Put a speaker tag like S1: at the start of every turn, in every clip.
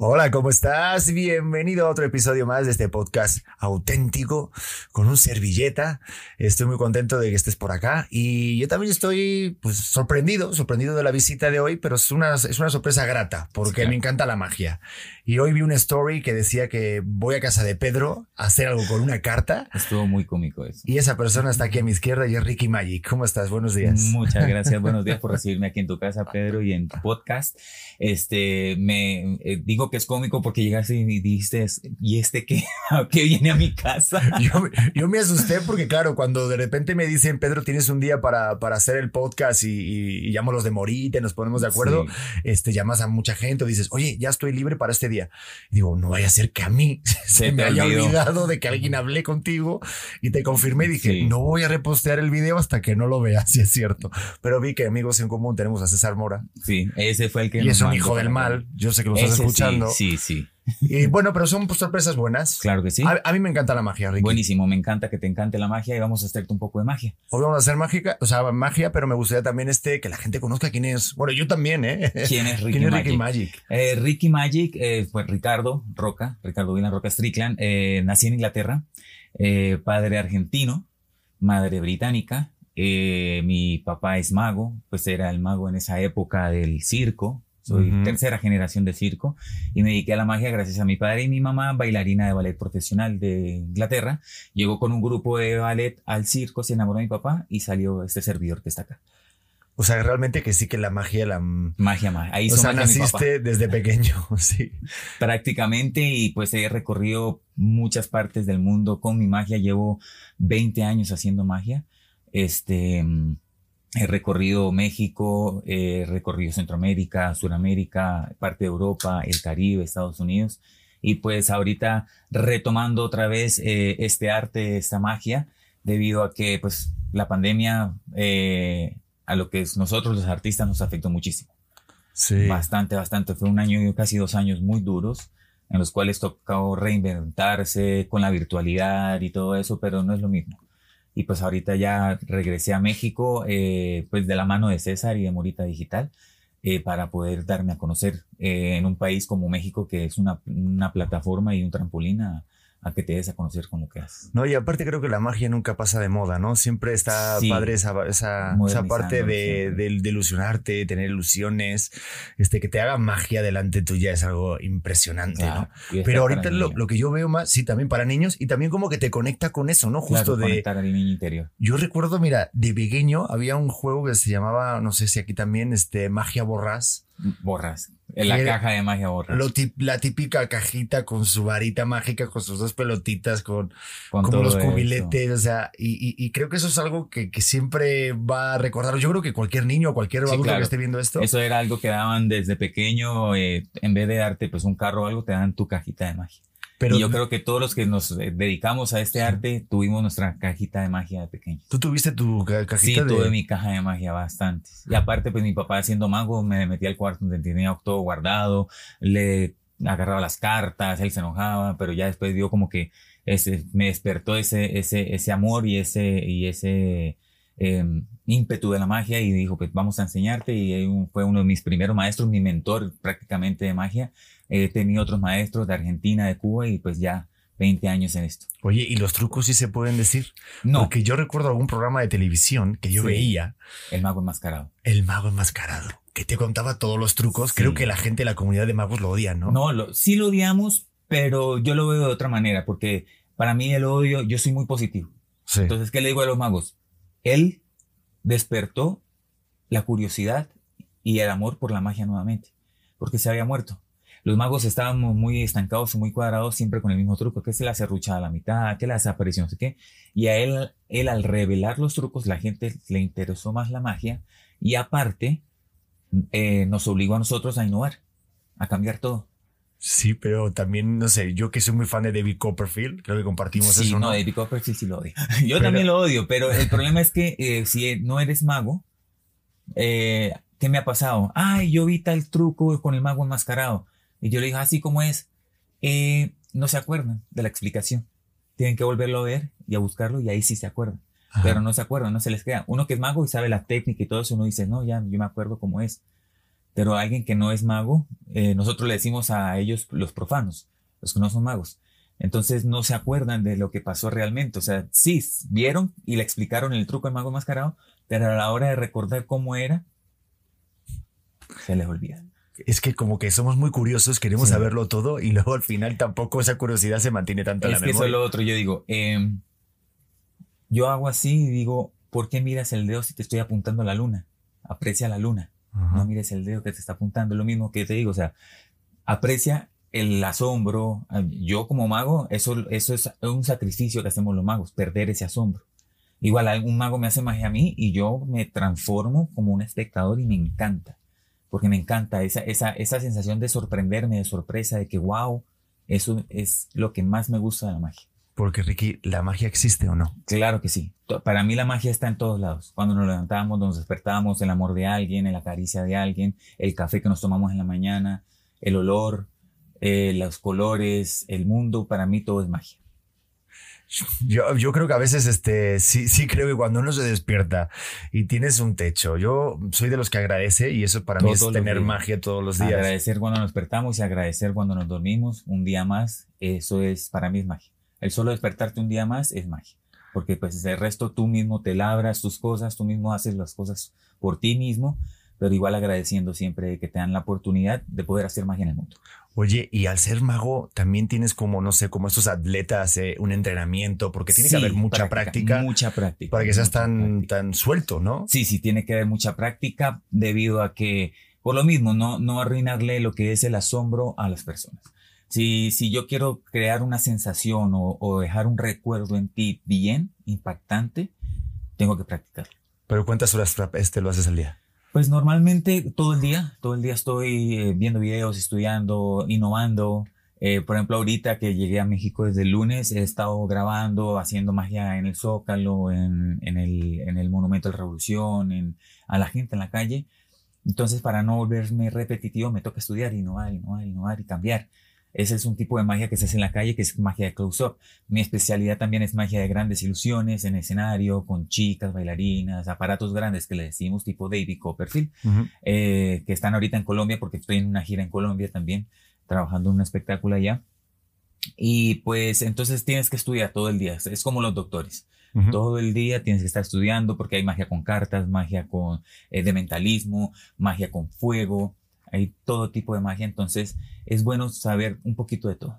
S1: Hola, ¿cómo estás? Bienvenido a otro episodio más de este podcast auténtico con un servilleta. Estoy muy contento de que estés por acá y yo también estoy pues, sorprendido, sorprendido de la visita de hoy, pero es una, es una sorpresa grata porque
S2: claro.
S1: me encanta la magia. Y hoy vi una story que decía que voy a casa de Pedro a hacer algo con una carta
S2: Estuvo muy cómico eso.
S1: y esa persona está aquí a mi izquierda y es Ricky Magic. ¿Cómo estás? Buenos días.
S2: Muchas gracias, buenos días por recibirme aquí en tu casa, Pedro, y en tu podcast. Este, me eh, digo que es cómico porque llegaste y dijiste, ¿y este qué? ¿Qué viene a mi casa?
S1: Yo, me- yo me asusté porque, claro, cuando de repente me dicen, Pedro, tienes un día para, para hacer el podcast y, y- y llamo a los de Morita y nos ponemos de acuerdo,
S2: Sí.
S1: este, llamas a mucha gente o dices, oye, ya estoy libre para este día. Y digo, no vaya a ser que a mí se
S2: te
S1: me haya
S2: olvidó.
S1: olvidado de que alguien hablé contigo y te confirmé y dije,
S2: Sí.
S1: no voy a repostear el video hasta que no lo veas, si es cierto. Pero vi que amigos en común tenemos a César Mora
S2: Sí, ese fue el que...
S1: y
S2: nos
S1: es un
S2: mandó
S1: hijo del
S2: para
S1: mal. Yo sé que lo
S2: Ese
S1: estás
S2: sí,
S1: escuchando.
S2: Sí, sí,
S1: Y bueno, pero son pues, sorpresas buenas.
S2: claro que sí.
S1: A, a mí me encanta la magia, Ricky.
S2: Buenísimo, me encanta que te encante la magia y vamos a hacerte un poco de magia.
S1: Hoy vamos a hacer mágica, o sea, magia, pero me gustaría también este que la gente conozca quién es. Bueno, yo también, ¿eh?
S2: ¿Quién es Ricky
S1: ¿Quién es
S2: Magic?
S1: Ricky Magic?
S2: Eh, Ricky Magic, eh, pues Ricardo Roca, Ricardo Vila Roca Strickland, eh, nací en Inglaterra, eh, padre argentino, madre británica, eh, mi papá es mago, pues era el mago en esa época del circo, soy
S1: Ujú.
S2: tercera generación de circo y me dediqué a la magia gracias a mi padre y mi mamá, bailarina de ballet profesional de Inglaterra, llegó con un grupo de ballet al circo, se enamoró de mi papá y salió este servidor que está acá.
S1: O sea, realmente que sí que la magia la. mm, O
S2: Magia, magia. Ahí hizo
S1: sea,
S2: magia mi papá.
S1: naciste desde pequeño, sí.
S2: prácticamente y pues he recorrido muchas partes del mundo con mi magia. Llevo 20 años haciendo magia. Este, mm, he recorrido México, he recorrido Centroamérica, Sudamérica, parte de Europa, el Caribe, Estados Unidos. Y pues ahorita retomando otra vez eh, este arte, esta magia, debido a que pues la pandemia eh, a lo que es nosotros los artistas nos afectó muchísimo.
S1: Sí.
S2: Bastante, bastante. Fue un año, casi dos años muy duros, en los cuales tocó reinventarse con la virtualidad y todo eso, pero no es lo mismo. Y pues ahorita ya regresé a México, eh, pues de la mano de César y de Morita Digital, eh, para poder darme a conocer eh, en un país como México, que es una, una plataforma y un trampolín a, a que te des a conocer con lo que haces.
S1: No, y aparte creo que la magia nunca pasa de moda, ¿no? Siempre está
S2: Sí.
S1: padre esa, esa, esa
S2: Modernizando
S1: parte de,
S2: siempre.
S1: de- de ilusionarte, tener ilusiones, este, que te haga magia delante tuya es algo impresionante, ¿no?
S2: Claro, y estar
S1: Ah, Pero ahorita
S2: para el
S1: lo,
S2: niño.
S1: lo que yo veo más, sí, también para niños y también como que te conecta con eso, ¿no?
S2: Claro,
S1: Justo de,
S2: conectar al niño interior.
S1: Yo recuerdo, mira, de pequeño había un juego que se llamaba, no sé si aquí también, este, Magia Borrás.
S2: Borras. En la
S1: Era-
S2: caja de magia borras.
S1: Lo tip- la típica cajita con su varita mágica, con sus dos pelotitas, con,
S2: con
S1: como los
S2: todo eso.
S1: cubiletes, o sea, y, y- y creo que eso es algo que, que siempre va a recordar. Yo creo que cualquier niño o cualquier
S2: Sí,
S1: adulto que
S2: claro.
S1: esté viendo esto,
S2: Eso era algo que daban desde pequeño, eh, en vez de darte pues un carro o algo, te dan tu cajita de magia.
S1: pero
S2: y yo creo que todos los que nos eh, dedicamos a este arte tuvimos nuestra cajita de magia de pequeño.
S1: tú tuviste tu ca-
S2: Sí,
S1: cajita de...
S2: tuve mi caja de magia bastante. Y aparte, pues mi papá siendo mago, me metía al cuarto donde tenía todo guardado, le agarraba las cartas, él se enojaba, pero ya después dio como que ese, me despertó ese, ese, ese amor y ese, y ese eh, ímpetu de la magia y dijo, pues vamos a enseñarte. Y él un- fue uno de mis primeros maestros, mi mentor prácticamente de magia. He tenido otros maestros de Argentina, de Cuba y pues ya 20 años en esto.
S1: Oye, ¿y los trucos sí se pueden decir?
S2: No,
S1: Porque yo recuerdo algún programa de televisión que yo
S2: Sí.
S1: veía
S2: el mago enmascarado.
S1: El mago enmascarado, que te contaba todos los trucos.
S2: Sí.
S1: Creo que la gente de la comunidad de magos lo odia, ¿no?
S2: No, lo- sí lo odiamos, pero yo lo veo de otra manera, porque para mí el odio, yo soy muy positivo.
S1: Sí.
S2: Entonces, ¿qué le digo a los magos? Él despertó la curiosidad y el amor por la magia nuevamente, porque se había muerto. Los magos estábamos muy estancados, muy cuadrados, siempre con el mismo truco, que se la cerruchada a la mitad, que la desaparición, no sé qué. Y a él, él al revelar los trucos, la gente le interesó más la magia y aparte eh, nos obligó a nosotros a innovar, a cambiar todo.
S1: Sí, pero también, no sé, yo que soy muy fan de David Copperfield, creo que compartimos
S2: sí,
S1: eso,
S2: no, eh,
S1: ¿no?
S2: David Copperfield sí lo odio. Yo
S1: Pero-
S2: también lo odio, pero el problema es que eh, si no eres mago, eh, ¿qué me ha pasado? Ay, yo vi tal truco con el mago enmascarado. Y yo le dije, así como es. Eh, no se acuerdan de la explicación. Tienen que volverlo a ver y a buscarlo y ahí sí se acuerdan.
S1: Ajá.
S2: Pero no se acuerdan, no se les queda. Uno que es mago y sabe la técnica y todo eso, uno dice, no, ya, yo me acuerdo cómo es. Pero alguien que no es mago, eh, nosotros le decimos a ellos los profanos, los que no son magos. Entonces no se acuerdan de lo que pasó realmente. O sea, sí, vieron y le explicaron el truco al mago mascarado, pero a la hora de recordar cómo era, se les olvida.
S1: Es que como que somos muy curiosos, queremos
S2: Sí.
S1: saberlo todo y luego al final tampoco esa curiosidad se mantiene tanto en
S2: Es
S1: la
S2: que eso es
S1: memoria.
S2: lo otro. Yo digo, eh, yo hago así y digo, ¿por qué miras el dedo si te estoy apuntando a la luna? Aprecia la luna.
S1: Ajá.
S2: No mires el dedo que te está apuntando. Es lo mismo que te digo. O sea, aprecia el asombro. Yo como mago, eso, eso es un sacrificio que hacemos los magos, perder ese asombro. Igual algún mago me hace magia a mí y yo me transformo como un espectador y me encanta. Porque me encanta esa, esa, esa sensación de sorprenderme, de sorpresa, de que wow, eso es lo que más me gusta de la magia.
S1: Porque Ricky, ¿la magia existe o no?
S2: Claro que sí. To- Para mí la magia está en todos lados. Cuando nos levantamos, nos despertamos, el amor de alguien, la caricia de alguien, el café que nos tomamos en la mañana, el olor, eh, los colores, el mundo, para mí todo es magia.
S1: Yo, yo creo que a veces, este, sí, sí creo que cuando uno se despierta y tienes un techo, yo soy de los que agradece y eso para mí es
S2: Todos los
S1: tener
S2: días.
S1: magia todos los días.
S2: Agradecer cuando nos despertamos y agradecer cuando nos dormimos un día más, eso es para mí es magia. El solo despertarte un día más es magia, porque pues el resto tú mismo te labras tus cosas, tú mismo haces las cosas por ti mismo, pero igual agradeciendo siempre que te dan la oportunidad de poder hacer magia en el mundo.
S1: Oye, y al ser mago también tienes como, no sé, como estos atletas, eh, un entrenamiento, porque tiene
S2: Sí,
S1: que haber mucha práctica,
S2: Mucha práctica.
S1: para que seas
S2: mucha
S1: tan,
S2: práctica.
S1: tan suelto, ¿no?
S2: Sí, sí, tiene que haber mucha práctica debido a que, por lo mismo, no, no arruinarle lo que es el asombro a las personas. Si, si yo quiero crear una sensación o, o dejar un recuerdo en ti bien, impactante, tengo que practicar.
S1: Pero ¿cuántas horas este, lo haces al día?
S2: Pues normalmente todo el día, todo el día estoy eh, viendo videos, estudiando, innovando. Eh, por ejemplo, ahorita que llegué a México desde el lunes, he estado grabando, haciendo magia en el Zócalo, en, en el, en el Monumento de la Revolución, en, a la gente en la calle. Entonces, para no volverme repetitivo, me toca estudiar, innovar, innovar, innovar y cambiar. Ese es un tipo de magia que se hace en la calle, que es magia de close-up. Mi especialidad también es magia de grandes ilusiones en escenario, con chicas, bailarinas, aparatos grandes que le decimos tipo David Copperfield, eh, que están ahorita en Colombia porque estoy en una gira en Colombia también, trabajando en un espectáculo allá. Y pues entonces tienes que estudiar todo el día, es- es como los doctores
S1: Ujú.
S2: todo el día tienes que estar estudiando porque hay magia con cartas, magia con eh, de mentalismo, magia con fuego, hay todo tipo de magia, entonces es bueno saber un poquito de todo.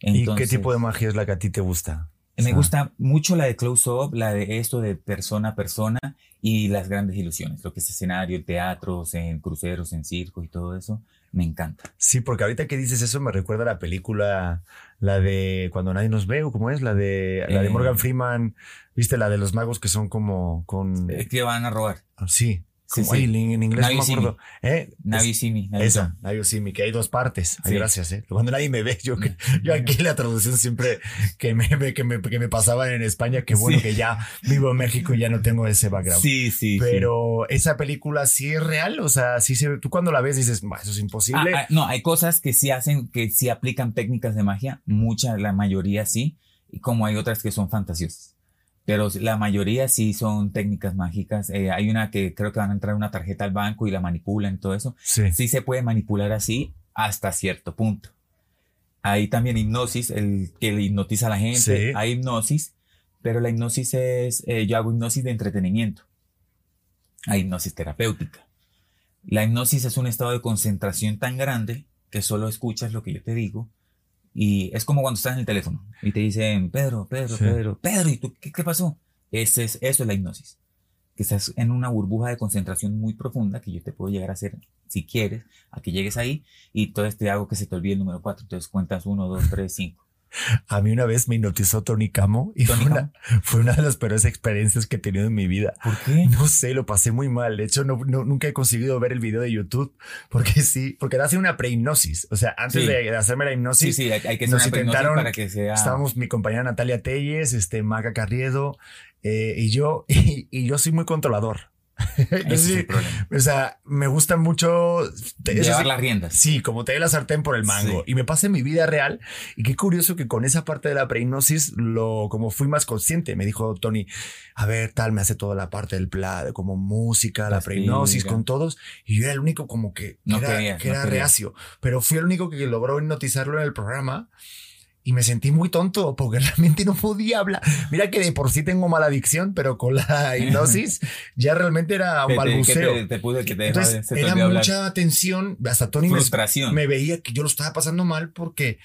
S1: ¿Y qué
S2: Entonces,
S1: tipo de magia es la que a ti te gusta?
S2: Me
S1: Ah.
S2: gusta mucho la de close up, la de esto de persona a persona y las grandes ilusiones, lo que es escenario, teatros, en cruceros, en circos y todo eso, me encanta.
S1: Sí, porque ahorita que dices eso me recuerda a la película, la de Cuando nadie nos ve, o cómo es, la de, la de
S2: Eh.
S1: Morgan Freeman, viste, la de los magos que son como con...
S2: Eh, ¿Qué van a robar?
S1: sí,
S2: Sí,
S1: como- ay,
S2: sí.
S1: en, en inglés no
S2: Navi
S1: me acuerdo. ¿Eh?
S2: Navi Simi. Navi Tom.
S1: Esa, Nayo Simi, que hay dos partes. Ay,
S2: Sí. Mm.
S1: gracias, ¿eh? Cuando nadie me ve, yo, que- yo aquí la traducción siempre que me, que me, que me pasaban en España, qué bueno
S2: Sí.
S1: que ya vivo en México y ya no tengo ese background.
S2: Sí, sí, sí. Ah,
S1: Pero esa película sí es real, o sea, sí se, tú cuando la ves dices, "Bah, eso es imposible.
S2: Ah, ah, no, hay cosas que sí hacen, que sí aplican técnicas de magia, mucha, la mayoría sí, y como hay otras que son fantasiosas. Pero la mayoría sí son técnicas mágicas. Eh, hay una que creo que van a entrar una tarjeta al banco y la manipulan y todo eso.
S1: sí.
S2: Sí se puede manipular así hasta cierto punto. Hay también hipnosis, el que le hipnotiza a la gente.
S1: Sí.
S2: Hay hipnosis, pero la hipnosis es, eh, yo hago hipnosis de entretenimiento. Hay hipnosis terapéutica. La hipnosis es un estado de concentración tan grande que solo escuchas lo que yo te digo. Y es como cuando estás en el teléfono y te dicen, Pedro, Pedro,
S1: Sí.
S2: Pedro, Pedro, ¿y tú qué, qué pasó? Ese es, eso es la hipnosis. Que estás en una burbuja de concentración muy profunda que yo te puedo llegar a hacer, si quieres, a que llegues ahí y entonces te hago que se te olvide el número 4. Entonces cuentas 1, 2, 3, 5.
S1: A mí una vez me hipnotizó Tony Camo y
S2: Tony
S1: fue,
S2: Camo.
S1: Una, fue una de las peores experiencias que he tenido en mi vida.
S2: ¿Por qué?
S1: No sé, lo pasé muy mal. De hecho, no, no- nunca he conseguido ver el video de YouTube porque sí, porque hace una prehipnosis. O sea, antes
S2: Sí.
S1: de, de hacerme la
S2: Sí,
S1: hipnosis,
S2: sí, hay, hay que hacer
S1: Nos
S2: una hipnosis
S1: intentaron-
S2: para que sea.
S1: estábamos mi compañera Natalia Telles, este, Maga Carriedo eh, y yo, y, y yo soy muy controlador.
S2: Ese es
S1: Sí.
S2: el problema.
S1: O sea, me gusta mucho. te- eso
S2: Llevar
S1: sí,
S2: las riendas.
S1: Sí, como te dé la sartén por el mango.
S2: Sí.
S1: Y me pasa en mi vida real. Y qué curioso que con esa parte de la prehipnosis, lo, como fui más consciente, me dijo Tony, a ver, tal, me hace toda la parte del plato, como música, la
S2: Las
S1: prehipnosis
S2: técnicas.
S1: con todos. Y yo era el único como que,
S2: No
S1: que era,
S2: quería,
S1: que
S2: no
S1: era
S2: quería.
S1: reacio. Pero fui el único que logró hipnotizarlo en el programa. Y me sentí muy tonto porque realmente no podía hablar. Mira que de por sí tengo mala adicción, pero con la hipnosis ya realmente era
S2: Te-
S1: un
S2: te- que
S1: balbuceo.
S2: te, te pude- que te dejaba-
S1: Entonces
S2: se te
S1: era
S2: olvidó hablar.
S1: mucha tensión. Hasta Tony me,
S2: frustración.
S1: me veía que yo lo estaba pasando mal porque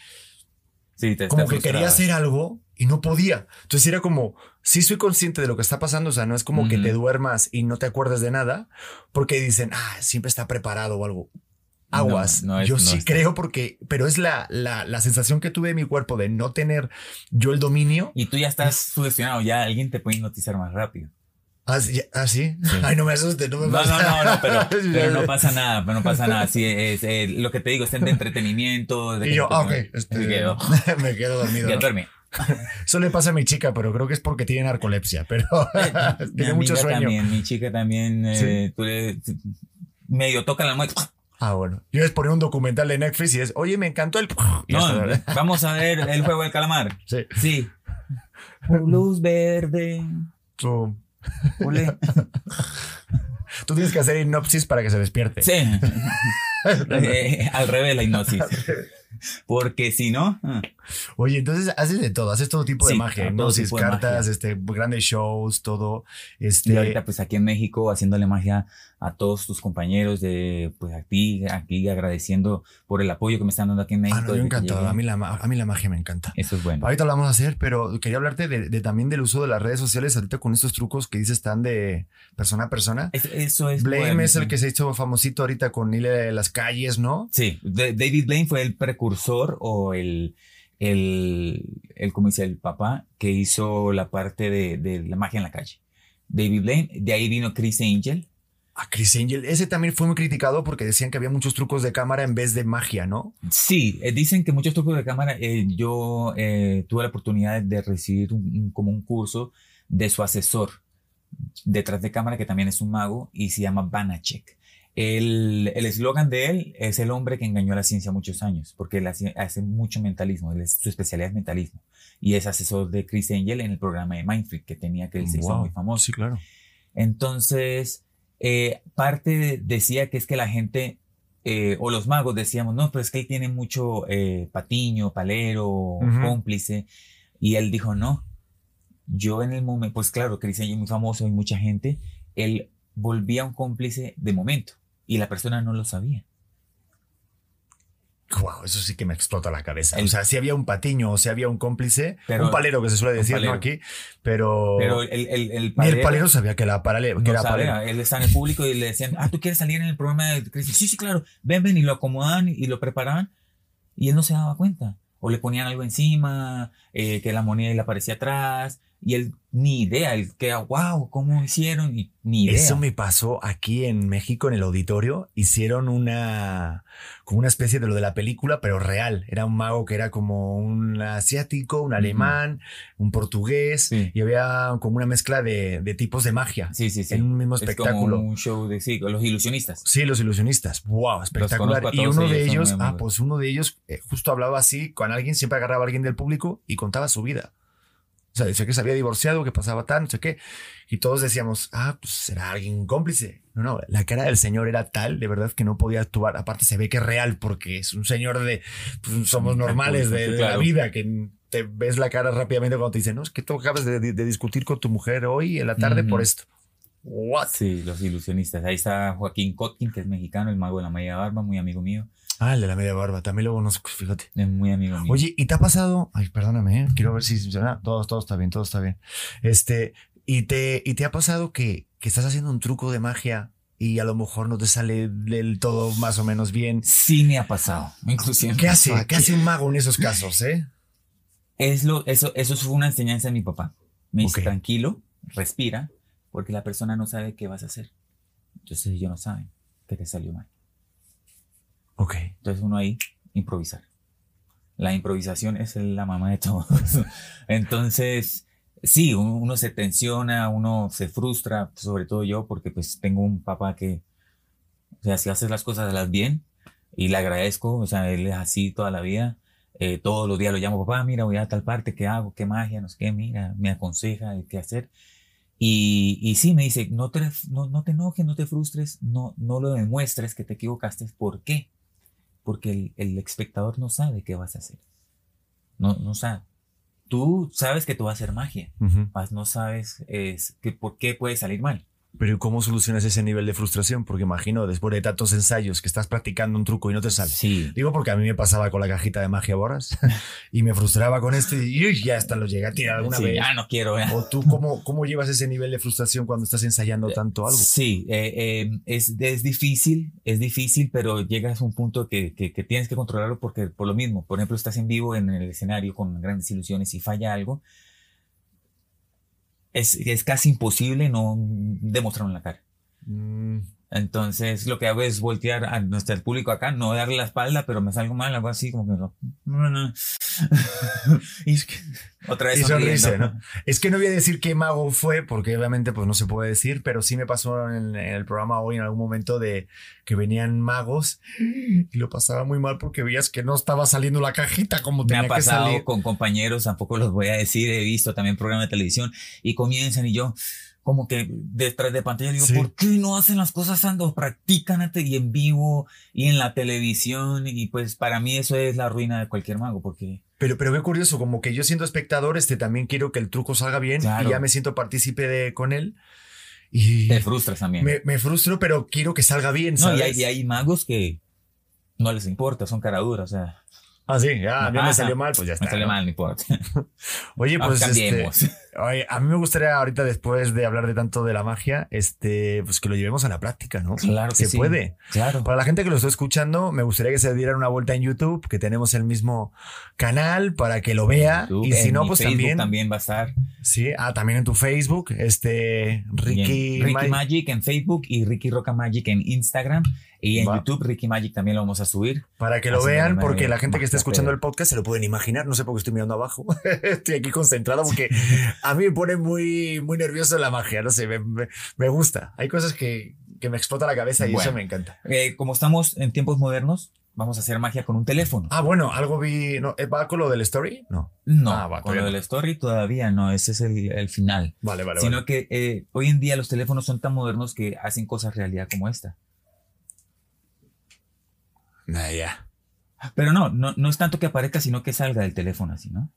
S2: Sí, te-
S1: como
S2: te
S1: que quería
S2: frustraba.
S1: hacer algo y no podía. Entonces era como, sí soy consciente de lo que está pasando, o sea, no es como que
S2: Ujú.
S1: te duermas y no te acuerdes de nada, porque dicen, ah, siempre está preparado o algo. Aguas.
S2: No, no es-
S1: yo
S2: no
S1: sí
S2: está.
S1: creo porque, pero es la, la, la sensación que tuve en mi cuerpo de no tener yo el dominio.
S2: Y tú ya estás sugestionado, ya alguien te puede hipnotizar más rápido.
S1: Así, así. Ay, no me asustes, no me
S2: No, no,
S1: pasa.
S2: no, no, pero, pero no pasa nada, pero no pasa nada. Sí, es, eh, lo que te digo es de entretenimiento. de
S1: Y
S2: que
S1: yo,
S2: tú-
S1: ah, ok,
S2: Me
S1: este,
S2: quedo.
S1: me quedo dormido.
S2: oh, Ya
S1: ¿no?
S2: duerme.
S1: Eso le pasa a mi chica, pero creo que es porque tiene narcolepsia, pero
S2: Eh, Mi
S1: tiene
S2: amiga
S1: mucho sueño.
S2: También, mi chica también, eh, tú le medio toca la muerte.
S1: Ah, bueno. Yo les ponía un documental de Netflix y es, oye, me encantó el... y ya
S2: No,
S1: está.
S2: vamos a ver el juego del calamar.
S1: Sí.
S2: Sí. Luz verde.
S1: Tú,
S2: Ole.
S1: tú tienes que hacer hipnopsis para que se despierte.
S2: Sí. Eh, al revés la hipnosis. Porque si no, ah,
S1: Oye, entonces haces de todo, haces todo tipo de
S2: Sí,
S1: magia,
S2: todo
S1: hipnosis,
S2: tipo de
S1: cartas, este, grandes shows, todo.
S2: y
S1: Este,
S2: ahorita pues aquí en México haciéndole magia a todos tus compañeros de pues a ti, aquí agradeciendo por el apoyo que me están dando aquí en México.
S1: ah, no, yo
S2: desde que
S1: encantado.
S2: llegué.
S1: A mí, la, ma- a mí la magia me encanta.
S2: Eso es bueno.
S1: Ahorita lo vamos a hacer, pero quería hablarte de, de también del uso de las redes sociales ahorita con estos trucos que dices tan de persona a persona.
S2: Es- eso es
S1: Blame
S2: bueno,
S1: es el
S2: sí.
S1: que se hizo famosito ahorita con Nile de las calles, ¿no?
S2: Sí, de- David Blaine fue el precursor o el, el, el como dice el papá, que hizo la parte de, de la magia en la calle. David Blaine, de ahí vino Chris Angel.
S1: A Chris Angel. Ese también fue muy criticado porque decían que había muchos trucos de cámara en vez de magia, ¿no?
S2: Sí, eh, dicen que muchos trucos de cámara, eh, yo eh, tuve la oportunidad de recibir un- un- como un curso de su asesor detrás de cámara, que también es un mago, y se llama Banachek. El el eslogan de él es el hombre que engañó a la ciencia muchos años, porque él hace, hace mucho mentalismo, él es- su especialidad es mentalismo, y es asesor de Chris Angel en el programa de Mindfreak que tenía, que él se hizo
S1: Wow.
S2: muy famoso.
S1: Sí, claro.
S2: Entonces, eh, parte de- decía que es que la gente, eh, o los magos decíamos, no, pero es que él tiene mucho eh, patiño, palero,
S1: Ujú.
S2: cómplice. Y él dijo, no, yo en el momento, pues claro, Chris Angel es muy famoso y mucha gente, él volvía un cómplice de momento y la persona no lo sabía.
S1: Wow, eso sí que me explota la cabeza.
S2: El-
S1: o sea, si había un patiño o si había un cómplice,
S2: Pero-
S1: un palero que se suele decir, ¿no?
S2: palero.
S1: Aquí, pero,
S2: Pero el, el, el
S1: Oh. ni el
S2: palero-
S1: palero sabía que, la parale- que
S2: No
S1: era
S2: sabía,
S1: palero.
S2: él estaba en el público y le decían, ah, ¿tú quieres salir en el programa de Chris? Sí, sí, claro, ven, ven, y lo acomodaban y lo preparaban y él no se daba cuenta. O le ponían algo encima, eh, que la moneda le aparecía atrás y él ni idea, él queda, wow, ¿cómo hicieron? Y, ni idea.
S1: Eso me pasó aquí en México, en el auditorio. Hicieron una, como una especie de lo de la película, pero real. Era un mago que era como un asiático, un alemán, un portugués,
S2: Sí.
S1: y había como una mezcla de, de tipos de magia
S2: Sí, sí, sí.
S1: en un mismo
S2: Es como
S1: espectáculo.
S2: un show de sí, los ilusionistas.
S1: Sí, los ilusionistas. Wow, espectacular.
S2: conozco a
S1: Y
S2: todos
S1: uno de
S2: ellos, son
S1: ellos,
S2: muy
S1: ah,
S2: amigos.
S1: pues uno de ellos eh, justo hablaba así con alguien, siempre agarraba a alguien del público y contaba su vida. O sea, decía que se había divorciado, que pasaba tal, no sé qué. Y todos decíamos, ah, pues será alguien cómplice. No, no, la cara del señor era tal, de verdad, que no podía actuar. Aparte, se ve que es real, porque es un señor de, pues, somos
S2: Mm,
S1: normales
S2: sí,
S1: de, de la
S2: claro.
S1: vida, que te ves la cara rápidamente cuando te dicen, no, es que tú acabas de, de discutir con tu mujer hoy en la tarde
S2: Ujú.
S1: por esto. What?
S2: Sí, los ilusionistas. Ahí está Joaquín Kotkin, que es mexicano, el mago de la media barba, muy amigo mío.
S1: Ah, el de la media barba, también lo conozco, fíjate.
S2: Es muy amigo mío.
S1: Oye, ¿y te ha pasado? Ay, perdóname, ¿eh? quiero ver si funciona. Todo, todo está bien, todo está bien. Este, ¿y te, y te ha pasado que, que estás haciendo un truco de magia y a lo mejor no te sale del todo más o menos bien?
S2: sí me ha pasado. Inclusive.
S1: ¿Qué hace? ¿Qué hace un mago en esos casos, eh?
S2: Es lo, eso, eso fue una enseñanza de mi papá. Me dice,
S1: Ok.
S2: tranquilo, respira, porque la persona no sabe qué vas a hacer. Entonces ellos no saben que te salió mal.
S1: Ok.
S2: Entonces uno ahí, improvisar. La improvisación es la mamá de todos. Entonces, sí, uno, uno se tensiona, uno se frustra, sobre todo yo, porque pues tengo un papá que, o sea, si haces las cosas, las bien, y le agradezco, o sea, él es así toda la vida. Eh, todos los días lo llamo, papá, mira, voy a tal parte, ¿qué hago? ¿Qué magia? No sé qué, mira, me aconseja de qué hacer. Y, y sí, me dice, no te, no, no te enojes, no te frustres, no, no lo demuestres que te equivocaste. ¿Por qué? Porque el, el espectador no sabe qué vas a hacer. No, no sabe. Tú sabes que tú vas a hacer magia,
S1: Ujú.
S2: mas no sabes es, que, por qué puede salir mal.
S1: Pero ¿y ¿cómo solucionas ese nivel de frustración? Porque imagino, después de tantos ensayos que estás practicando un truco y no te sale.
S2: Sí.
S1: Digo porque a mí me pasaba con la cajita de magia borras y me frustraba con esto y "Uy, ya hasta lo llegué a tirar alguna
S2: Sí,
S1: vez.
S2: ya no quiero. ¿eh? ya.
S1: ¿O tú cómo, cómo llevas ese nivel de frustración cuando estás ensayando tanto algo?
S2: Sí, eh, eh, es, es difícil, es difícil, pero llegas a un punto que, que- que tienes que controlarlo porque por lo mismo, por ejemplo, estás en vivo en el escenario con grandes ilusiones y falla algo, es, es casi imposible no demostrarlo en la cara.
S1: Mm,
S2: Entonces lo que hago es voltear a nuestro al público acá, no darle la espalda, pero me salgo mal, algo así como que no. no, no. y es que- otra vez
S1: Y sonrisa,
S2: sonriendo.
S1: Es que no voy a decir qué mago fue, porque obviamente pues no se puede decir, pero sí me pasó en, en el programa hoy en algún momento de que venían magos y lo pasaba muy mal porque veías que no estaba saliendo la cajita como
S2: Me
S1: tenía
S2: ha
S1: que
S2: pasado
S1: salir.
S2: con compañeros, tampoco los voy a decir, he visto también programas de televisión y comienzan y yo como que detrás de pantalla digo,
S1: Sí.
S2: ¿por qué no hacen las cosas cuando practican antes y en vivo y en la televisión? Y pues para mí eso es la ruina de cualquier mago, porque
S1: Pero, pero qué curioso, como que yo siendo espectador, este también quiero que el truco salga bien
S2: Claro.
S1: y ya me siento partícipe de- con él. Y
S2: te frustras también.
S1: me, me frustro, pero quiero que salga bien.
S2: no, y hay,
S1: ¿sabes?
S2: y hay magos que no les importa, son caraduras, o sea,
S1: Ah, sí, ya, a mí me
S2: Ajá.
S1: salió mal, pues ya está.
S2: me sale
S1: ¿no?
S2: mal, no importa.
S1: Oye,
S2: Ah,
S1: pues este,
S2: cambiemos.
S1: Oye, a mí me gustaría ahorita, después de hablar de tanto de la magia, este, pues que lo llevemos a la práctica, ¿no?
S2: Claro que
S1: Se
S2: sí.
S1: puede.
S2: Claro.
S1: Para la gente que lo está escuchando, me gustaría que se dieran una vuelta en YouTube, que tenemos el mismo canal para que lo vea.
S2: YouTube,
S1: y si
S2: en
S1: no,
S2: mi
S1: pues
S2: Facebook
S1: también,
S2: también va a estar.
S1: Sí, ah, también en tu Facebook, este,
S2: Bien.
S1: Ricky,
S2: Ricky
S1: Ma-
S2: Magic en Facebook y Ricky Roca Magic en Instagram. Y en
S1: Va.
S2: YouTube, Ricky Magic también lo vamos a subir.
S1: para que lo
S2: Así me
S1: vean,
S2: llama,
S1: porque
S2: eh,
S1: la gente que está
S2: Magia
S1: escuchando
S2: Pedro.
S1: el podcast se lo pueden imaginar. No sé por qué estoy mirando abajo. estoy aquí concentrado porque a mí me pone muy, muy nervioso la magia. No sé, me, me- me gusta. Hay cosas que, que me explota la cabeza y
S2: Bueno.
S1: eso me encanta.
S2: Eh, como estamos en tiempos modernos, vamos a hacer magia con un teléfono.
S1: Ah, bueno, algo vi. No, ¿eh, ¿Va con lo del story? No.
S2: No,
S1: ah, va,
S2: con
S1: todavía
S2: lo
S1: no.
S2: del story todavía no, ese es el, el final.
S1: Vale, vale,
S2: Sino
S1: vale.
S2: que eh, hoy en día los teléfonos son tan modernos que hacen cosas realidad como esta.
S1: Ah, ya.
S2: Pero no, no, no es tanto que aparezca, sino que salga del teléfono así, ¿no?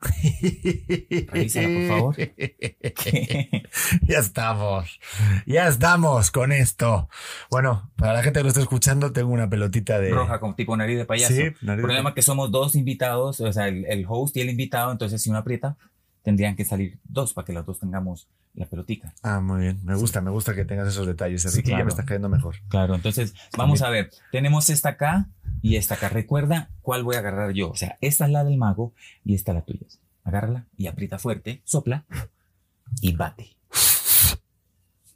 S2: Revísala, por favor.
S1: ya estamos. Ya estamos con esto. Bueno, para la gente que lo está escuchando, tengo una pelotita de.
S2: Roja, como tipo nariz de payaso.
S1: Sí,
S2: El
S1: nariz de-
S2: problema es que somos dos invitados, o sea, el, el host y el invitado, entonces si uno aprieta, tendrían que salir dos para que los dos tengamos la pelotica.
S1: Ah, muy bien. Me gusta, me gusta que tengas esos detalles,
S2: Sí,
S1: Enrique. Ya
S2: claro.
S1: me está cayendo mejor.
S2: Claro, entonces vamos a ver, tenemos esta acá y esta acá. Recuerda cuál voy a agarrar yo, o sea, esta es la del mago y esta la tuya. Agárrala y aprieta fuerte, sopla y bate.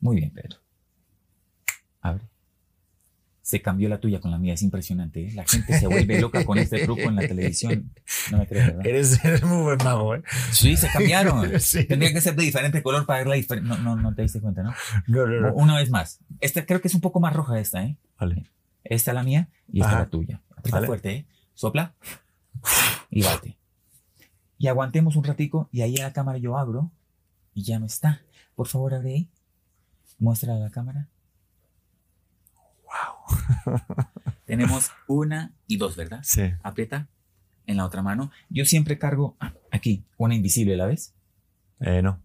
S2: Muy bien, Pedro. Abre. Se cambió la tuya con la mía, es impresionante. ¿eh? La gente se vuelve loca con este truco en la televisión. No me crees, ¿verdad?
S1: Eres, eres muy buen mago, ¿eh?
S2: Sí, se cambiaron.
S1: Sí.
S2: Tendría que ser de diferente color para verla diferente. No, no, no te diste cuenta, ¿no?
S1: No, no, no.
S2: Una vez más. Esta creo que es un poco más roja esta, ¿eh?
S1: Vale.
S2: Esta la mía y esta
S1: Ajá.
S2: la tuya. Aprieta
S1: Vale.
S2: fuerte, ¿eh? Sopla y bate. Y aguantemos un ratico y ahí a la cámara yo abro y ya no está. Por favor, abre ahí. Muestra a la cámara. ¡Wow! Tenemos una y dos, ¿verdad?
S1: Sí.
S2: Aprieta en la otra mano. Yo siempre cargo ah, aquí una invisible, ¿la ves?
S1: Eh, no.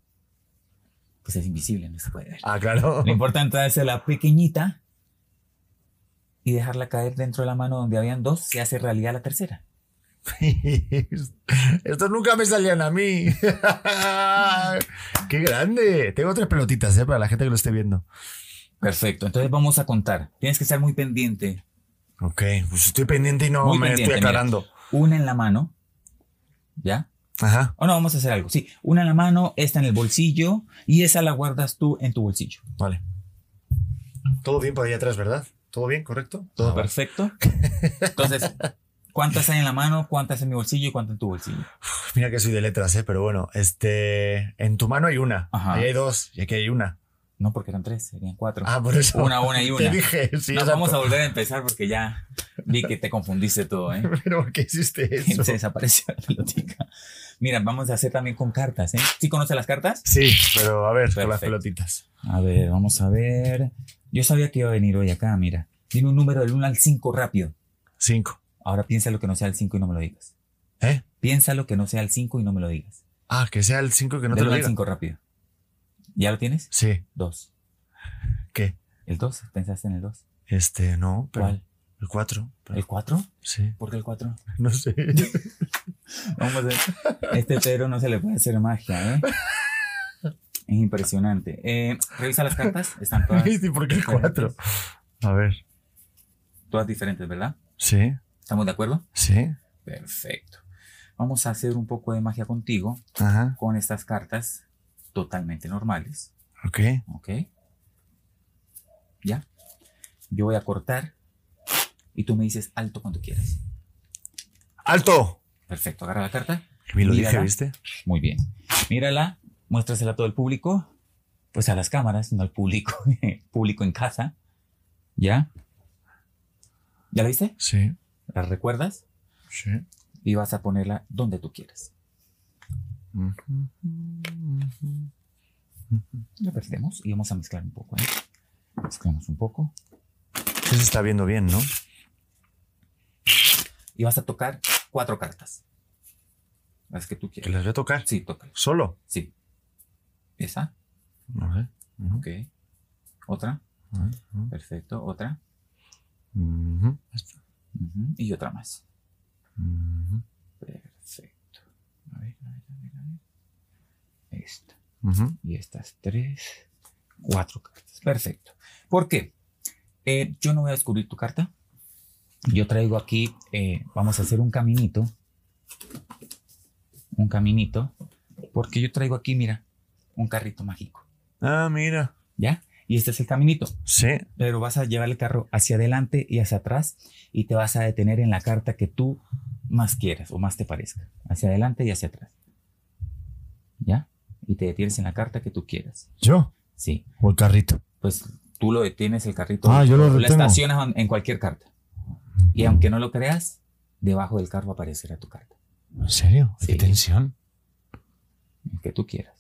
S2: Pues es invisible, no se puede ver.
S1: Ah, claro.
S2: Lo importante es hacerla pequeñita y dejarla caer dentro de la mano donde habían dos, se hace realidad la tercera.
S1: Estos nunca me salían a mí. ¡Qué grande! Tengo tres pelotitas, ¿eh? Para la gente que lo esté viendo.
S2: Perfecto, entonces vamos a contar. Tienes que estar muy pendiente.
S1: Ok, pues estoy pendiente y no
S2: Muy
S1: me
S2: pendiente,
S1: estoy aclarando.
S2: Una en la mano, ¿ya?
S1: Ajá.
S2: O no, vamos a hacer algo. Sí, una en la mano, esta en el bolsillo y esa la guardas tú en tu bolsillo.
S1: Vale. Todo bien por ahí atrás, ¿verdad? ¿Todo bien? ¿Correcto?
S2: Todo
S1: Ah, vale.
S2: perfecto. Entonces, ¿Cuántas hay en la mano? ¿Cuántas en mi bolsillo? y ¿Cuántas en tu bolsillo?
S1: pues Mira que soy de letras, ¿eh? pero bueno, este, en tu mano hay una,
S2: Ajá.
S1: ahí hay dos y aquí hay una.
S2: No, porque eran tres, serían cuatro.
S1: Ah, por eso.
S2: Una, una y
S1: Te
S2: una.
S1: dije, sí,
S2: Nos
S1: exacto.
S2: vamos a volver a empezar porque ya vi que te confundiste todo, ¿eh?
S1: Pero ¿por qué hiciste eso?
S2: Se desapareció la pelotica. Mira, vamos a hacer también con cartas, ¿eh? ¿Sí conoces las cartas?
S1: Sí, pero a ver, con las
S2: Perfecto.
S1: pelotitas.
S2: A ver, vamos a ver. Yo sabía que iba a venir hoy acá, mira. Dime un número del 1 al 5 rápido.
S1: Cinco.
S2: Ahora piensa lo que no sea el 5 y no me lo digas.
S1: ¿Eh?
S2: Piensa lo que no sea el 5 y no me lo digas.
S1: Ah, que sea el cinco que no
S2: del
S1: te
S2: 1
S1: lo
S2: al
S1: diga.
S2: 5 rápido. ¿Ya lo tienes?
S1: Sí,
S2: 2.
S1: ¿qué?
S2: ¿El 2? ¿Pensaste en el 2?
S1: Este, no, pero
S2: ¿Cuál?
S1: el cuatro. pero-
S2: ¿El 4?
S1: sí,
S2: ¿Por qué el 4?
S1: no sé.
S2: Vamos a ver. Este Pedro no se le puede hacer magia, ¿eh? Es impresionante. Eh, Revisa las cartas. Están todas,
S1: ¿Y por qué el cuatro?
S2: pues.
S1: A ver,
S2: todas diferentes, ¿verdad?
S1: sí,
S2: ¿Estamos de acuerdo?
S1: sí,
S2: Perfecto. Vamos a hacer un poco de magia contigo
S1: ajá,
S2: con estas cartas totalmente normales.
S1: ok.
S2: ¿Ok? ¿Ya? Yo voy a cortar y tú me dices alto cuando quieras.
S1: ¡Alto!
S2: Perfecto. Agarra la carta.
S1: Me lo dije,
S2: Mírala.
S1: ¿viste?
S2: Muy bien. Mírala, muéstrasela a todo el público, pues a las cámaras, no al público, público en casa. ¿Ya? ¿Ya la viste?
S1: Sí,
S2: ¿La recuerdas?
S1: sí.
S2: Y vas a ponerla donde tú quieras. La perdemos y vamos a mezclar un poco. ¿eh? Mezclamos un poco.
S1: Sí se está viendo bien, ¿no?
S2: Y vas a tocar cuatro cartas. Las que tú
S1: Que
S2: quieras.
S1: las voy a tocar.
S2: Sí, tócalas.
S1: Solo.
S2: Sí. Esa.
S1: No sé. Ujú,
S2: Ok. Otra.
S1: ujú,
S2: Perfecto. Otra.
S1: ujú, esta,
S2: Ujú. Y otra más.
S1: ujú,
S2: Perfecto. A ver, a ver, a ver, a ver. Esta.
S1: ujú.
S2: Y estas tres. Cuatro cartas. Perfecto. ¿Por qué? Eh, yo no voy a descubrir tu carta. Yo traigo aquí, eh, vamos a hacer un caminito. Un caminito. Porque yo traigo aquí, mira, un carrito mágico.
S1: Ah, mira.
S2: ¿Ya? Y este es el caminito.
S1: Sí.
S2: Pero vas a llevar el carro hacia adelante y hacia atrás y te vas a detener en la carta que tú más quieras o más te parezca. Hacia adelante y hacia atrás. ¿Ya? Y te detienes en la carta que tú quieras.
S1: ¿Yo?
S2: Sí.
S1: O el carrito.
S2: Pues tú lo detienes el carrito.
S1: Ah, yo lo retengo.
S2: estacionas en- en cualquier carta. Y aunque no lo creas, debajo del carro aparecerá tu carta.
S1: ¿En serio?
S2: Sí.
S1: Qué tensión.
S2: El que tú quieras.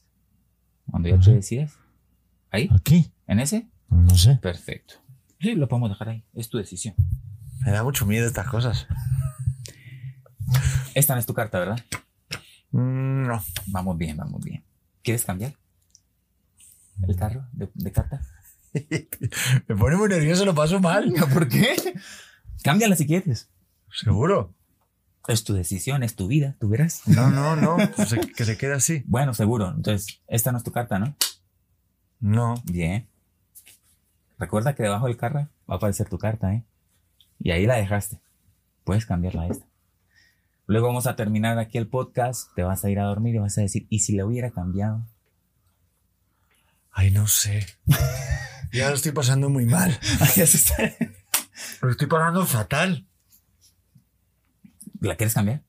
S2: Cuando ya tú
S1: Ajá.
S2: decidas. ¿Ahí?
S1: ¿Aquí?
S2: ¿En ese?
S1: No sé.
S2: Perfecto. Sí, lo podemos dejar ahí. Es tu decisión.
S1: Me da mucho miedo estas cosas.
S2: Esta no es tu carta, ¿verdad?
S1: Mm, no.
S2: Vamos bien, vamos bien. ¿Quieres cambiar el carro de, de carta?
S1: Me pone muy nervioso, lo paso mal.
S2: ¿Por qué? Cámbiala si quieres.
S1: ¿Seguro?
S2: Es tu decisión, es tu vida, tú verás.
S1: No, no, no. Pues se- que se quede así.
S2: Bueno, seguro. Entonces, esta no es tu carta, ¿no?
S1: No.
S2: Bien. Recuerda que debajo del carro va a aparecer tu carta, ¿eh? Y ahí la dejaste. Puedes cambiarla a esta. Luego vamos a terminar aquí el podcast, te vas a ir a dormir y vas a decir, ¿y si la hubiera cambiado?
S1: Ay, no sé. Ya lo estoy pasando muy mal. Lo estoy pasando fatal.
S2: ¿La quieres cambiar?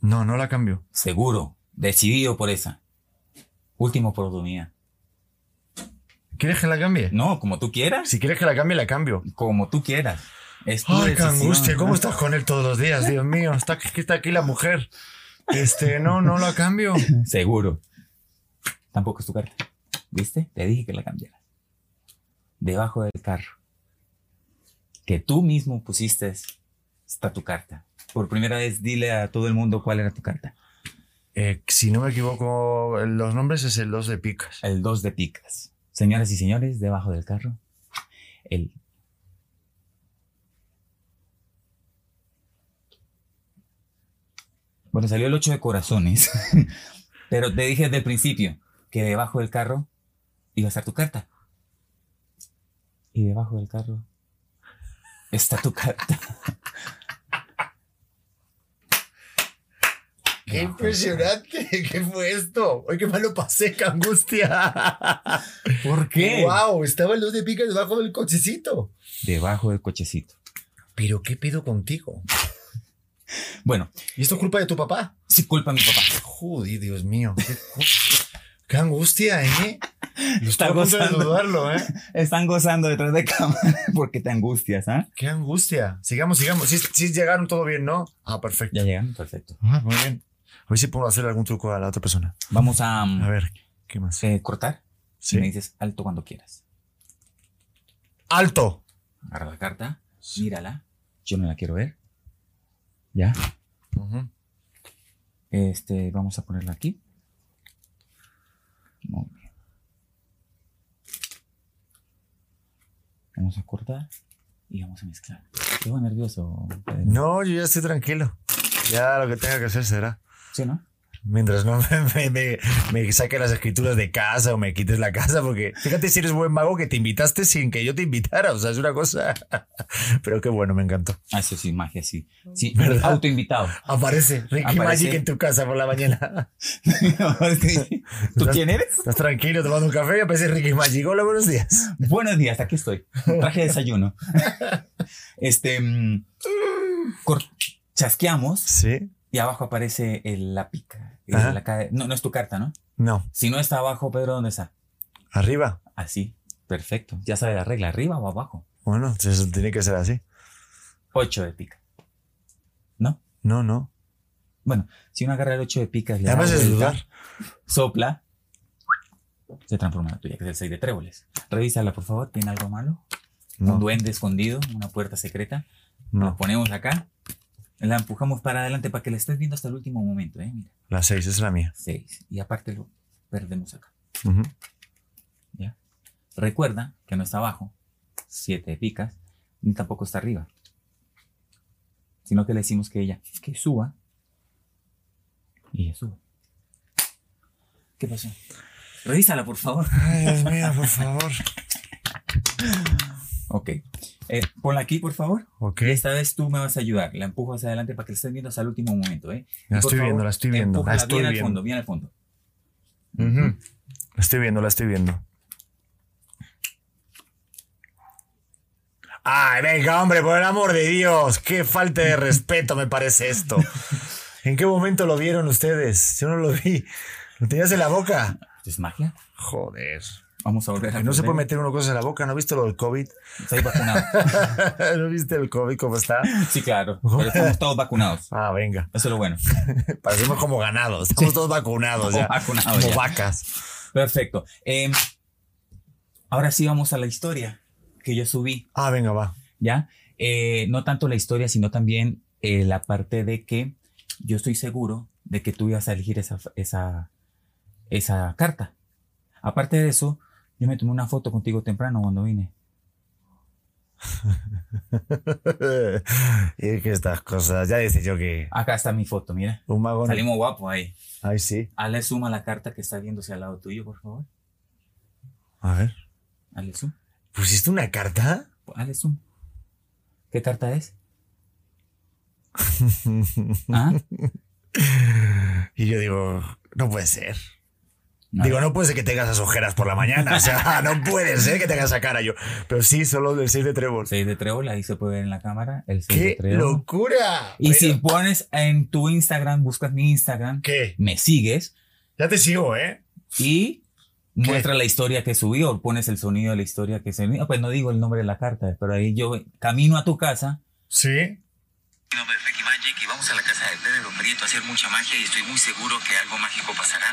S1: No, no la cambio.
S2: Seguro, decidido por esa. Última oportunidad.
S1: ¿Quieres que la cambie?
S2: No, como tú quieras.
S1: Si quieres que la cambie, la cambio.
S2: Como tú quieras. Es tu
S1: Ay, qué
S2: decisión.
S1: angustia. ¿Cómo estás con él todos los días? Dios mío, está, aquí- está aquí la mujer. Este, no, no la cambio.
S2: Seguro. Tampoco es tu carta. ¿Viste? Te dije que la cambiaras. Debajo del carro. Que tú mismo pusiste está tu carta. Por primera vez dile a todo el mundo cuál era tu carta.
S1: Eh, si no me equivoco, los nombres es el 2 de picas.
S2: El 2 de picas. Señoras y señores, debajo del carro. El... Bueno, salió el 8 de corazones. Pero te dije desde el principio que debajo del carro iba a estar tu carta. Y debajo del carro está tu carta.
S1: ¡Qué
S2: Debajo del carro.
S1: impresionante! ¿Qué fue esto? ¡Ay, qué mal lo pasé! ¡Qué angustia!
S2: ¿Por qué?
S1: ¡Wow! Estaba el 2 de picas debajo del cochecito.
S2: Debajo del cochecito.
S1: Pero, ¿qué pedo contigo?
S2: Bueno,
S1: ¿Y esto es culpa de tu papá?
S2: sí culpa a mi papá.
S1: Joder, Dios mío. Qué, co- qué angustia, ¿eh? Lo estoy
S2: Está
S1: a punto de
S2: gozando.
S1: dudarlo, ¿eh?
S2: Están gozando detrás de cámara porque te angustias, ¿ah?
S1: Qué angustia. Sigamos, sigamos. Si llegaron todo bien, ¿no? Ah, perfecto.
S2: Ya llegan, perfecto.
S1: Ah, muy bien. A ver si puedo hacer algún truco a la otra persona.
S2: Vamos a,
S1: A ver, ¿qué más?
S2: eh, cortar.
S1: Sí.
S2: Me dices alto cuando quieras.
S1: ¡Alto!
S2: Agarra la carta, mírala. Yo no la quiero ver. Ya.
S1: Ujú.
S2: Este, vamos a ponerla aquí. Muy bien. Vamos a cortar y vamos a mezclar. Estoy muy nervioso. Pedro.
S1: No, yo ya estoy tranquilo. Ya lo que tenga que hacer será.
S2: ¿Sí, no?
S1: Mientras no me, me- me- me saque las escrituras de casa o me quites la casa, porque fíjate si eres buen mago que te invitaste sin que yo te invitara. O sea, es una cosa. Pero qué bueno, me encantó.
S2: Ah, eso sí, magia, sí. Sí,
S1: ¿Verdad?
S2: autoinvitado.
S1: Aparece Ricky
S2: Aparece.
S1: Magic en tu casa por la mañana.
S2: Sí. ¿Tú quién eres?
S1: Estás tranquilo tomando un café y aparece Ricky Magic. Hola, buenos días.
S2: Buenos días, aquí estoy. Traje desayuno. Este. mm, cor- Chasqueamos
S1: Sí.
S2: y abajo aparece el- la pica. el-
S1: Ajá.
S2: la ca- no, no es tu carta, ¿no?
S1: No,
S2: Si no está abajo, Pedro, ¿dónde está?
S1: arriba.
S2: Así, perfecto. Ya sabe la regla, arriba o abajo.
S1: Bueno, entonces tiene que ser así.
S2: 8 de pica. ¿No?
S1: No, no.
S2: Bueno, si uno agarra el 8 de pica y le da
S1: Además es
S2: vuelta,
S1: dudar.
S2: sopla, se transforma en la tuya, que es el 6 de tréboles. Revísala, por favor, ¿tiene algo malo? Un
S1: No,
S2: duende escondido, una puerta secreta. La
S1: no.
S2: ponemos acá, la empujamos para adelante para que la estés viendo hasta el último momento, ¿eh? Mira,
S1: La seis es la mía.
S2: 6. Y aparte lo perdemos acá.
S1: Ujú.
S2: Recuerda que no está abajo, 7 de picas, ni tampoco está arriba. Sino que le decimos que ella, que suba. Y ella sube. ¿Qué pasó? Revísala, por favor.
S1: Ay, Dios mío, por favor.
S2: Ok. Eh, ponla aquí, por favor.
S1: Ok.
S2: Y esta vez tú me vas a ayudar. La empujo hacia adelante para que la estés viendo hasta el último momento, ¿eh?
S1: La
S2: Y por
S1: estoy viendo, la estoy viendo, la
S2: empújala
S1: estoy
S2: bien al
S1: viendo.
S2: fondo, bien al fondo.
S1: Ujú. La estoy viendo, la estoy viendo. Ay, venga, hombre, por el amor de Dios. Qué falta de respeto me parece esto. ¿En qué momento lo vieron ustedes? Yo no lo vi. Lo tenías en la boca.
S2: ¿Es magia?
S1: Joder.
S2: Vamos a volver a
S1: No se puede
S2: poner.
S1: meter una cosa en la boca. ¿No viste lo del COVID?
S2: Estoy vacunado.
S1: ¿No viste el COVID cómo está?
S2: Sí, claro. Pero estamos todos vacunados.
S1: Ah, venga.
S2: Eso es lo bueno.
S1: Parecemos como ganados. Estamos todos vacunados ya.
S2: Todos vacunados
S1: como
S2: ya.
S1: vacas.
S2: Perfecto. Em, ahora sí vamos a la historia que yo subí,
S1: Ah, venga, va.
S2: ¿ya? Eh, no tanto la historia, sino también eh, la parte de que yo estoy seguro de que tú ibas a elegir esa, esa, esa carta. Aparte de eso, yo me tomé una foto contigo temprano cuando vine.
S1: y es que estas cosas, ya dice yo que
S2: Acá está mi foto, mira.
S1: un mago. no-
S2: Salimos guapos ahí.
S1: Ay, sí.
S2: Hazle suma a la carta que está viéndose al lado tuyo, por favor.
S1: A ver.
S2: Hazle zoom.
S1: ¿Pusiste una carta?
S2: Hazle zoom. ¿Qué carta es? ¿Ah?
S1: Y yo digo, no puede ser.
S2: No.
S1: Digo, no puede ser que tengas esas ojeras por la mañana. O sea, no puede ser que tengas esa cara yo. Pero sí, solo del 6 de trébol.
S2: 6 de trébol, ahí se puede ver en la cámara el 6 de
S1: ¡Qué
S2: trébol.
S1: locura!
S2: Y
S1: Pero,
S2: si pones en tu Instagram, buscas mi Instagram,
S1: ¿Qué?
S2: me sigues
S1: Ya te sigo, ¿eh?
S2: y muestra la historia que subí o pones el sonido de la historia que se... Ah, Pues no digo el nombre de la carta, pero ahí yo camino a tu casa.
S1: Sí.
S2: Mi nombre es Ricky Magic y vamos a la casa de Pedro Prieto a hacer mucha magia y estoy muy seguro que algo mágico pasará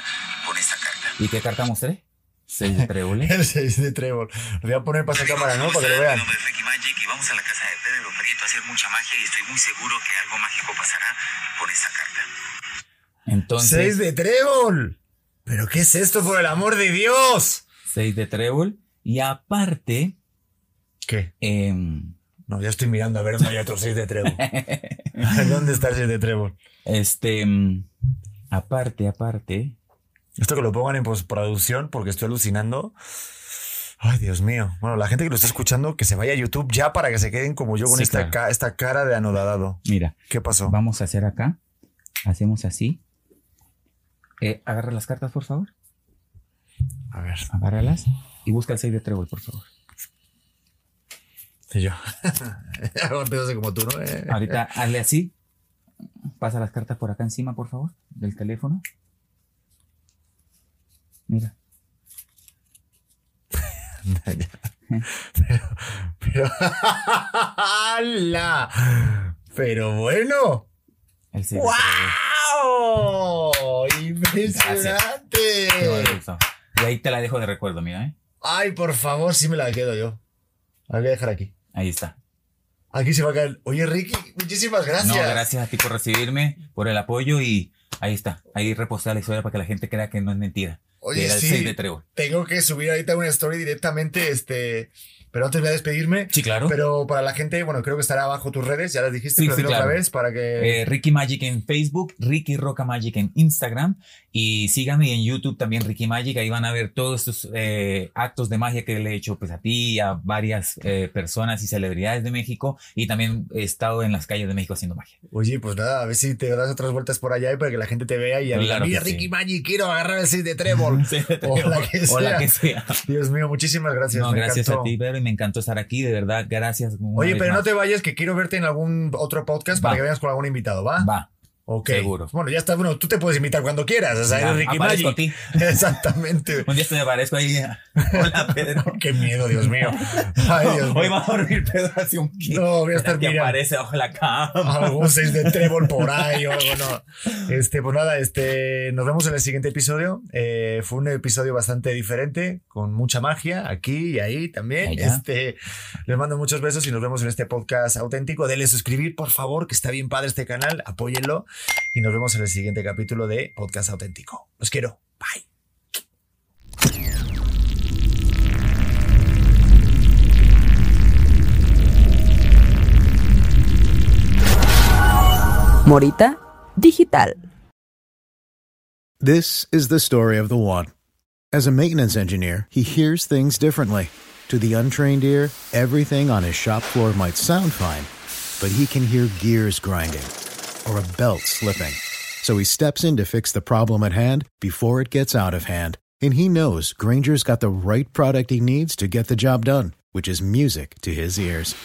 S2: con esta carta. ¿Y qué carta mostré? 6 de tréboles.
S1: El 6 de trébol. Lo voy a poner para esa cámara, ¿no? Para que lo vean.
S2: Mi nombre es Ricky Magic y vamos a la casa de Pedro Prieto a hacer mucha magia y estoy muy seguro que algo mágico pasará con esta carta. Entonces,
S1: 6
S2: 6 de,
S1: de trébol. ¿Pero qué es esto, por el amor de Dios?
S2: trébol y aparte,
S1: ¿Qué?
S2: em,
S1: No, ya estoy mirando a ver dónde hay otro 6 de trébol. ¿Dónde está el 6 de trébol?
S2: este, em, aparte, aparte,
S1: Esto que lo pongan en postproducción porque estoy alucinando. Ay, Dios mío. Bueno, la gente que lo está escuchando, que se vaya a YouTube ya para que se queden como yo con
S2: Sí,
S1: esta,
S2: claro.
S1: ca- esta cara de anodadado.
S2: mira,
S1: ¿Qué pasó?
S2: vamos a hacer acá, hacemos así. Eh, agarra las cartas, por favor,
S1: A ver.
S2: agárralas y busca el 6 de trébol, por favor.
S1: Y yo. Ahora empiezo a ser como tú, ¿no? Eh,
S2: Ahorita hazle así Pasa las cartas por acá encima, por favor, del teléfono. Mira.
S1: pero, pero, ¡Hala! pero bueno.
S2: El sí,
S1: ¡Wow! ¡Impresionante!
S2: qué bonito. Y ahí te la dejo de recuerdo, mira, ¿eh?
S1: Ay, por favor, sí me la quedo yo. La voy a dejar aquí.
S2: Ahí está.
S1: Aquí se va a caer. Oye, Ricky, muchísimas gracias.
S2: No, gracias a ti por recibirme, por el apoyo y ahí está. Ahí repostar la historia para que la gente crea que no es mentira.
S1: Oye,
S2: que era el
S1: sí.
S2: 6 de Trébol.
S1: Tengo que subir ahorita una story directamente, este. Pero antes voy a despedirme.
S2: Sí, claro.
S1: Pero para la gente, bueno, creo que estará abajo tus redes, ya las dijiste,
S2: Sí,
S1: pero
S2: sí,
S1: dilo otra
S2: claro.
S1: vez para que.
S2: Eh, Ricky Magic en Facebook, Ricky Roca Magic en Instagram y síganme en YouTube también Ricky Magic. Ahí van a ver todos estos eh, actos de magia que le he hecho pues a ti y a varias eh, personas y celebridades de México y también he estado en las calles de México haciendo magia.
S1: Oye, pues nada, a ver si te das otras vueltas por allá y para que la gente te vea y ya diga,
S2: Claro que
S1: mira,
S2: sí.
S1: Ricky Maggi, quiero agarrar el 6 de trébol.
S2: Sí,
S1: O la que
S2: o la
S1: sea.
S2: que sea.
S1: Dios mío, muchísimas gracias.
S2: No,
S1: me
S2: gracias
S1: encantó.
S2: a ti, Pedro, y me encantó estar aquí, de verdad, gracias. una
S1: Oye,
S2: vez
S1: pero no
S2: más.
S1: te vayas, que quiero verte en algún otro podcast para
S2: Va.
S1: que vengas con algún invitado, ¿va?
S2: Va,
S1: Ok.
S2: seguro.
S1: Bueno, ya está. Bueno, tú te puedes invitar cuando quieras. O sea,
S2: ya,
S1: eres Ricky
S2: aparezco
S1: Maggi.
S2: a ti.
S1: Exactamente.
S2: Un día te aparezco ahí. Hola, Pedro.
S1: Qué miedo, Dios mío. Ay, Dios
S2: Hoy
S1: mío.
S2: va a dormir Pedro hacia un kilo.
S1: No, voy a estar
S2: que
S1: mirando.
S2: aparece bajo la cama.
S1: Algún Ah, oh, seis de trébol por ahí o algo, no. Este, pues nada, este, nos vemos en el siguiente episodio. Eh, fue un episodio bastante diferente, con mucha magia aquí y ahí también.
S2: Allá.
S1: Este, les mando muchos besos y nos vemos en este podcast auténtico. Denle suscribir, por favor, que está bien padre este canal. Apóyenlo y nos vemos en el siguiente capítulo de Podcast Auténtico. Los quiero. Bye.
S3: Morita Digital.
S4: This is the story of the one. As a maintenance engineer, he hears things differently. To the untrained ear, everything on his shop floor might sound fine, but he can hear gears grinding or a belt slipping. So he steps in to fix the problem at hand before it gets out of hand. And he knows Granger's got the right product he needs to get the job done, which is music to his ears.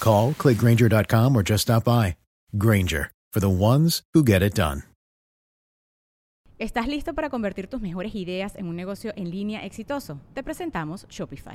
S4: Call, click Granger.com, or just stop by. Granger, for the ones who get it done.
S5: ¿Estás listo para convertir tus mejores ideas en un negocio en línea exitoso? Te presentamos Shopify.